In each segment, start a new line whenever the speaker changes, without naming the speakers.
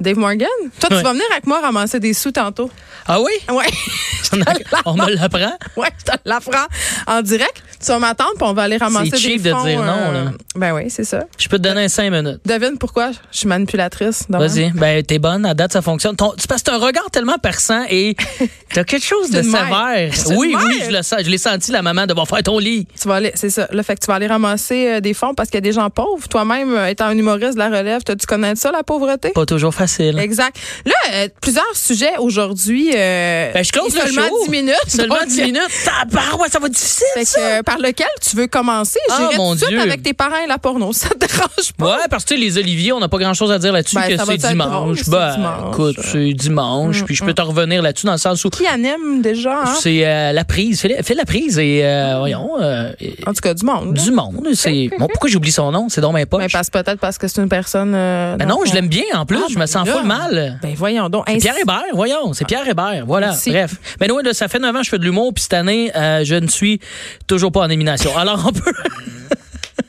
Dave Morgan? Toi, tu
Ouais.
vas venir avec moi ramasser des sous tantôt.
Ah oui?
Ouais. Je te l'apprends.
On me l'apprend?
Ouais, je te l'apprends en direct. Tu vas m'attendre, puis on va aller ramasser des
cheap de
fonds,
dire non, là.
Ben oui, c'est ça.
Je peux te donner un 5 minutes.
Devine pourquoi je suis manipulatrice. de même.
Vas-y, ben t'es bonne, à date ça fonctionne. Ton, tu passes un regard tellement perçant et t'as quelque chose de
C'est une
sévère.
mère. C'est une
Oui,
mère.
oui, je le sens. Je l'ai senti, la maman, de bon, faire ton lit.
Tu vas aller, c'est ça. Le fait que tu vas aller ramasser euh, des fonds parce qu'il y a des gens pauvres. Toi-même, euh, étant un humoriste de la relève, t'as dû connaître ça, la pauvreté?
Pas toujours facile.
Exact. Là, euh, plusieurs sujets aujourd'hui. euh,
Ben, je close
et
le
seulement
show.
10 minutes.
Seulement
Donc,
10 minutes. Tabarouette, ça va être difficile,
Fait que,
ça.
euh, par lequel tu veux commencer?
Ah,
J'irai
mon
tout de suite
Dieu.
avec tes parents et la porno. Ça te dérange pas?
Ouais, parce que tu sais, les oliviers, on n'a pas grand-chose à dire là-dessus
Ben,
que
ça va
c'est
être drôle,
dimanche.
c'est
Ben,
dimanche. Mm,
écoute, c'est dimanche, puis je peux te revenir là-dessus dans le sens où
Qui anime déjà? Hein?
c'est euh, la prise, fais, la- fais la prise et euh, voyons, euh, et-
En tout cas, du monde.
du monde. C'est bon, pourquoi j'oublie son nom, c'est dans mes
Mais
poches.
parce peut-être parce que c'est une personne. euh,
Mais
dans
Ben non,
le
je
fond.
l'aime bien en plus,
Ah,
je me
ben
sens
là.
full mal.
Ben voyons donc.
C'est
Ainsi-
Pierre Hébert, voyons, c'est Pierre Hébert, voilà,
Merci.
bref. Mais oui, ça fait 9 ans que je fais de l'humour, puis cette année, euh, je ne suis toujours pas en élimination. Alors, on peut...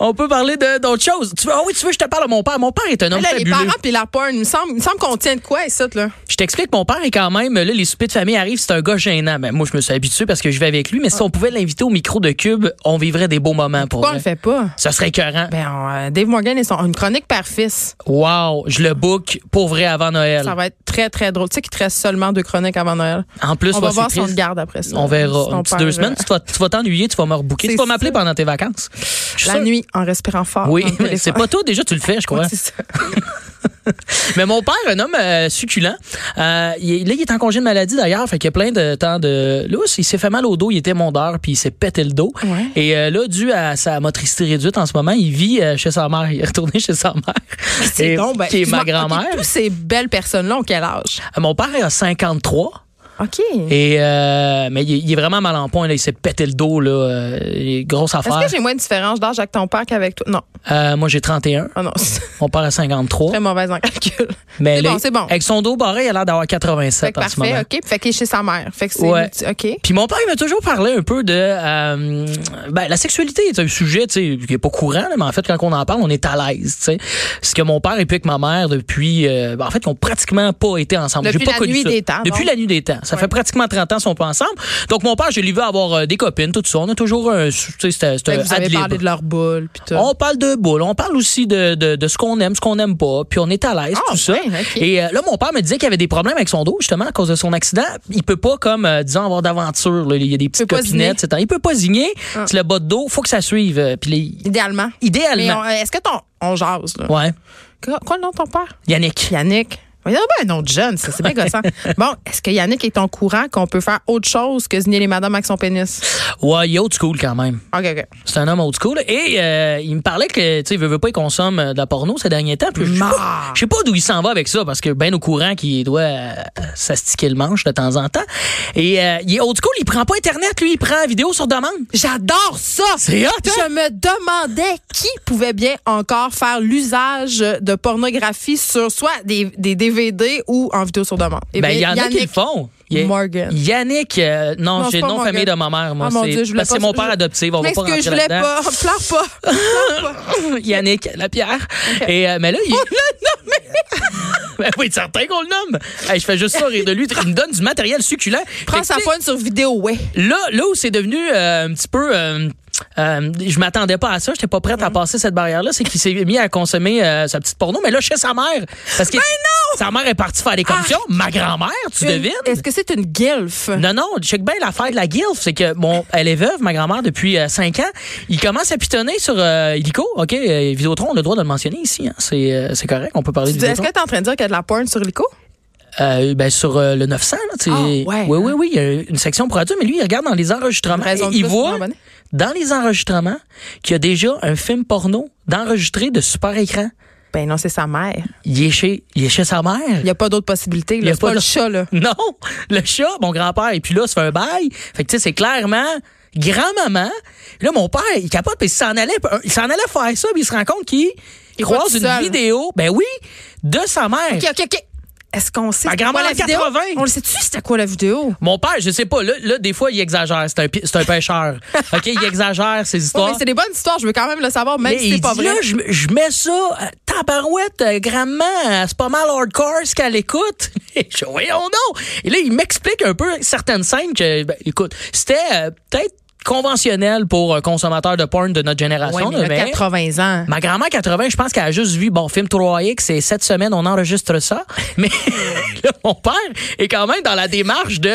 on peut parler de- d'autres choses. Tu veux, ah oui, tu veux que je te parle à mon père. Mon père est un homme
Là, les
fabuleux.
parents puis la porn, il me semble, il me semble qu'on tient de quoi, ici, là?
Je t'explique, mon père est quand même, là, les soupers de famille arrivent, c'est un gars gênant. Ben, moi, je me suis habitué parce que je vais avec lui, mais si on pouvait l'inviter au micro de Cube, on vivrait des beaux moments
Ah.
pour
Pourquoi on
lui.
le fait pas?
Ça serait écœurant.
Ben, on, euh, Dave Morgan et son, une chronique par fils.
Wow, je le book pour vrai avant Noël.
Ça va être très, très drôle. Tu sais qu'il te reste seulement deux chroniques avant Noël.
En plus,
on
ouais,
va
c'est
voir si on
triste.
le garde après ça.
On verra.
Si ton
Une petite
père,
deux semaines,
euh,
tu vas tu vas t'ennuyer, tu vas me rebooker. Tu
C'est
vas m'appeler
ça.
pendant tes vacances. Je suis
La
sûr-
nuit, en respirant fort.
Oui,
dans le téléphone.
c'est pas toi déjà, tu le fais, je crois.
Ouais, c'est ça.
Mais mon père, un homme euh, succulent, euh, il, est- là, il est en congé de maladie d'ailleurs, fait qu'il y a plein de temps de lousse. Il s'est fait mal au dos, il était mondeur, puis il s'est pété le dos.
Ouais.
Et euh, là, dû à sa motricité réduite en ce moment, il vit euh, chez sa mère. Il est retourné chez sa mère,
C'est
et-
donc, ben,
qui est ma
excuse-moi, ok,
grand-mère.
Toutes ces belles personnes-là ont quel âge?
Euh, Mon père a 53.
OK.
Et euh, mais il, il est vraiment mal en point là, il s'est pété le dos là, euh, et grosse
Est-ce
affaire.
que j'ai moins de différence d'âge avec ton père qu'avec toi? Non.
Euh, moi j'ai 31,
Ah non, c'est
mon père a 53,
très mauvaise en calcul.
mais
c'est
là,
bon, c'est bon.
avec son dos barré, il a l'air d'avoir
Fait
87
que
en ce moment.
parfait, OK. Fait qu'il est chez sa mère. Fait que c'est.
Ouais.
multi- OK.
Puis mon père il m'a toujours parlé un peu de euh, ben, la sexualité est un sujet tu sais qui est pas courant là, mais en fait quand on en parle on est à l'aise tu sais ce que mon père et puis que ma mère depuis euh, ben, en fait qu'on pratiquement pas été ensemble
Depuis
j'ai pas
la
connu
nuit
ça.
des temps,
depuis
donc.
la nuit des temps ça
Ouais.
fait pratiquement 30 ans qu'ils sont pas ensemble donc mon père je l'ai vu avoir euh, des copines tout ça on a toujours un tu sais c'était c'était
Fait que
un
vous avez
ad lib.
parlé de leur boule. Puis tout.
On parle de boules, on parle aussi de, de, de ce qu'on aime, ce qu'on aime pas, puis on est à l'aise,
Ah,
tout ça.
ouais, ok.
Et euh, là, mon père me disait qu'il avait des problèmes avec son dos, justement, à cause de son accident. Il peut pas, comme, euh, disons, avoir d'aventure. là. Il y a des petites
peut pas zigner.
copinettes, etc. Il peut pas zigner. C'est le bas de dos, faut que ça suive. euh, Puis les-
Idéalement. Mais
idéalement.
on- est-ce que ton. On jase, là.
Ouais.
Quoi quoi le nom de ton père?
Yannick.
Yannick. Il y a ben un autre jeune, ça, c'est bien gossant. Bon, est-ce que Yannick est en courant qu'on peut faire autre chose que zigner les madames avec son pénis?
Ouais, il est old school quand même.
OK, OK.
C'est un homme old school. Et euh, il me parlait que, tu sais, il veut, veut pas, il consomme euh, de la porno ces derniers temps. Puis je sais pas,
Marre.
je sais pas d'où il s'en va avec ça, parce que ben au courant qu'il doit euh, s'astiquer le manche de temps en temps. Et euh, il est old school, il prend pas Internet, lui, il prend vidéo sur demande.
J'adore ça!
C'est hot, hein?
Je me demandais qui pouvait bien encore faire l'usage de pornographie sur soit des, des DVD ou en vidéo sur demande. Eh
Ben, il y
bien,
en a qui le font. Il y a-
Morgan.
Yannick, euh, non,
Non,
j'ai
c'est
le
pas
nom de
Morgan.
famille de ma mère, moi.
Ah, mon
c'est-
Dieu, je voulais
parce que
pas
c'est mon
ça.
père
Je-
adoptif, on va
Mais
pas
ce que
rentrer
je voulais
là-dedans.
pas, pleure pas.
Yannick, la pierre. Et, euh, mais là, il... Ben oui, c'est certain qu'on le nomme. Hey, je fais juste ça rire de lui. Il me donne du matériel succulent.
Prends sa
Explique-
pointe sur vidéo, ouais.
là, là où c'est devenu euh, un petit peu. euh, euh, je m'attendais pas à ça, j'étais pas prête
Mm-hmm.
à passer cette barrière-là, c'est qu'il s'est mis à consommer euh, sa petite porno, mais là, chez sa mère. Parce que sa mère est partie faire des commissions, ma grand-mère, tu
Ah! Une-
devines?
Est-ce que c'est une guilf?
Non, non, check bien l'affaire de la guilf. C'est que, bon, elle est veuve, ma grand-mère, depuis 5 ans. Il commence à pitonner sur euh, Illico. OK, euh, Vidéotron, on a le droit de le mentionner ici. hein. C'est euh, c'est correct, on peut parler
Tu
de
dis- Est-ce
Vidéotron.
que t'es en train de dire qu'il y a de la porn sur l'ICO?
Euh, ben, sur euh, le 900, là, tu sais.
Ah, ouais,
oui, oui, oui, il y a une section pour adultes, mais lui, il regarde dans les enregistrements.
Raison de
et il
plus pour
voit,
m'abonner.
dans les enregistrements, qu'il y a déjà un film porno d'enregistré de super écran.
Ben non, c'est sa mère.
Il est chez, il est chez sa mère.
Il n'y a pas d'autre possibilité.
Il y
là.
a
C'est pas,
pas
le
d'autre-
chat, là.
Non, le chat, mon grand-père, et puis là, ça fait un bail. Fait que tu sais, c'est clairement grand-maman. Là, mon père, il capote, puis il s'en allait, il s'en allait faire ça, puis il se rend compte qu'il
Il
croise
voit tout
une
seul.
vidéo, ben oui, de sa mère.
OK, OK, OK. Est-ce qu'on sait
Ma
c'était quoi
grand-mère
la
en
vidéo?
80.
On le sait-tu, c'était quoi la vidéo?
Mon père, je sais pas, là, là, des fois, il exagère. C'est un, pi- c'est un pêcheur. OK, il exagère ses
Oui,
histoires.
mais c'est des bonnes histoires, je veux quand même le savoir, même
Mais
si
il
Ben, c'est pas
dit,
vrai.
Là, je, je mets ça, euh, tabarouette, euh, grandement, euh, c'est pas mal hardcore ce qu'elle écoute. je voyons non. Et là, il m'explique un peu certaines scènes que, ben, écoute, c'était euh, peut-être conventionnel pour un consommateur de porn de notre
Ouais,
génération.
mais il a
là, mais
80 ans.
Ma grand-mère 80, je pense qu'elle a juste vu, bon, film 3X et cette semaine, on enregistre ça. Mais là, mon père est quand même dans la démarche de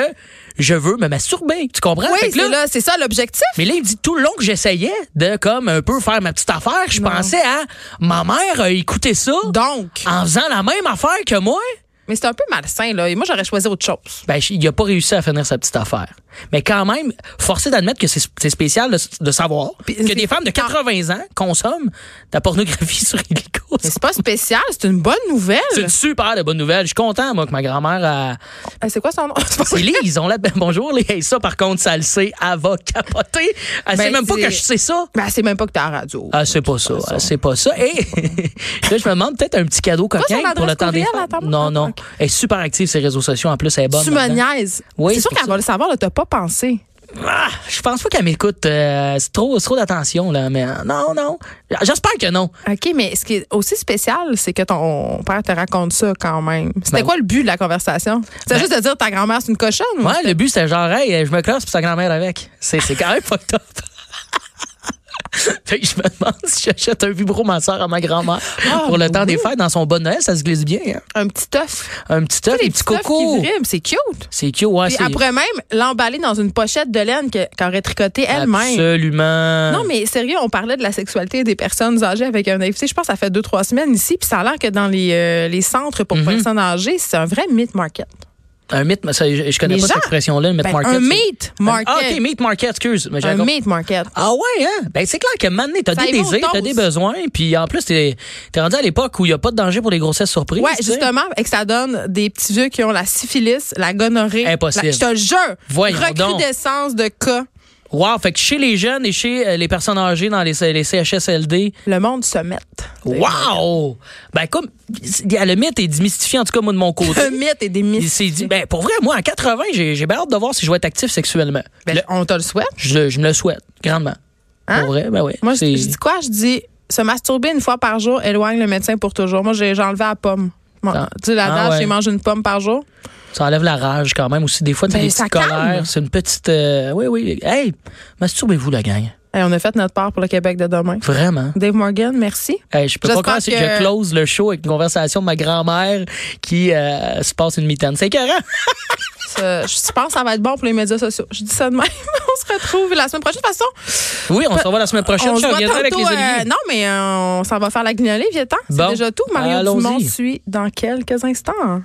je veux me masturber. Tu comprends?
Oui,
Fait que là,
c'est là, c'est ça l'objectif.
mais là, il dit tout le long que j'essayais de comme un peu faire ma petite affaire, je
Non.
pensais à ma mère a écouté ça
Donc,
en faisant la même affaire que moi.
mais c'est un peu malsain, là. Et moi, j'aurais choisi autre chose.
Ben, j- il a pas réussi à finir sa petite affaire. Mais quand même, forcé d'admettre que c'est c'est spécial de, de savoir que
c'est-
des femmes de 80 ans consomment de la pornographie sur illico.
Mais c'est pas spécial, c'est une bonne nouvelle.
C'est une super de bonne nouvelle. Je suis content, moi, que ma grand-mère a.
Euh, C'est quoi son nom? C'est pas
C'est Lise, on l'appelle. Bonjour, Lise. Ça, par contre, ça le sait. Elle va capoter. Elle
Ben,
sait même pas
c'est-
que je sais ça.
Ben, c'est même pas que t'es à la radio.
Ah, c'est pas ça. Ah, C'est pas ça. Et là, je me demande peut-être un petit cadeau coquin
son
pour le
adresse
temps des
courriel,
fêtes.
attends-moi.
Non, non.
Ok.
Elle est super active, ses réseaux sociaux. En plus, elle est bonne.
tu me
là-dedans.
niaises.
Oui,
c'est sûr
c'est pour
qu'elle va le savoir, là, t'as pas pensé.
Ah, je pense pas qu'elle m'écoute. euh, c'est trop, c'est trop d'attention, là. Mais euh, non, non. J'espère que non.
OK, mais ce qui est aussi spécial, c'est que ton père te raconte ça quand même. C'était
Ben-
quoi le but de la conversation? C'était
Ben-
juste de dire ta grand-mère, c'est une cochonne? ou-
Ouais, le but, c'était genre, hey, euh, je me classe pour sa grand-mère avec. C'est c'est quand même pas top. Fait que je me demande si j'achète un vibromasseur à ma grand-mère
Ah,
pour le
ben
temps des
oui.
fêtes dans son bon Noël, ça se glisse bien. hein.
Un petit œuf.
Un petit œuf, des petits
petits œufs
cocos.
qui vibrent, C'est cute.
C'est cute, ouais.
Puis
c'est-
après même, l'emballer dans une pochette de laine que- qu'elle aurait tricotée elle-même.
Absolument.
Non, mais sérieux, on parlait de la sexualité des personnes âgées avec un invité. Je pense que ça fait deux, trois semaines ici. Puis ça a l'air que dans les, euh, les centres
Mm-hmm.
pour personnes âgées, c'est un vrai meat market.
Un mythe, mais ça, je, je connais
Les
pas
gens-
cette expression-là, le mythe
Ben,
market.
un
c'est-
meat market.
Ah, OK, meat market, excuse. mais j'ai
un
compris.
meat market.
Ah ouais, hein? Ben, c'est clair que maintenant, t'as
Ça
des
y va aux
désirs, t'as
doses.
des besoins, puis en plus, t'es t'es rendu à l'époque où il n'y a pas de danger pour les grossesses surprises.
Ouais,
tu sais.
justement, et que ça donne des petits vieux qui ont la syphilis, la gonorrhée.
Impossible.
la- je te jure.
Voyons donc.
recrudescence de cas.
Wow, fait que chez les jeunes et chez euh, les personnes âgées dans les, les CHSLD,
Le monde se met.
wow! Ben, comme, il y a le mythe est démystifié, en tout cas, moi, de mon côté.
Le mythe et des
il
mythes.
s'est dit, ben, pour vrai, moi, en 80, j'ai j'ai bien hâte de voir si je vais être actif sexuellement.
Ben,
Le-
on te le souhaite.
je, je me le souhaite, grandement.
Hein?
Pour vrai, ben oui.
Moi, je, je dis quoi? Je dis se masturber une fois par jour éloigne le médecin pour toujours. Moi, j'ai j'ai enlevé la pomme. Bon,
Ah.
Tu sais, la
Ah
dame,
ouais.
j'ai mangé une pomme par jour.
Ça enlève la rage quand même aussi. Des fois, t'as
Ben,
des petites
ça calme.
colères. C'est une petite. euh, oui, oui. Hey, masturbez-vous, la gang.
Et on a fait notre part pour le Québec de demain.
Vraiment.
Dave Morgan, merci.
Hey, je peux pas
J'espère
croire que...
que-
je close le show avec une conversation de ma grand-mère qui euh, se passe une mitaine. C'est écœurant.
Ça, je pense que ça va être bon pour les médias sociaux. Je dis ça de même. on se retrouve la semaine prochaine. De toute façon,
Oui, on se revoit la semaine prochaine.
on
Je
se voit
reviendrai avec les
tantôt, euh,
oliviers.
non, mais euh, on s'en va faire la guignolée, viens-t'en. C'est
Bon.
déjà tout. Mario
Allons-y.
Dumont suit dans quelques instants.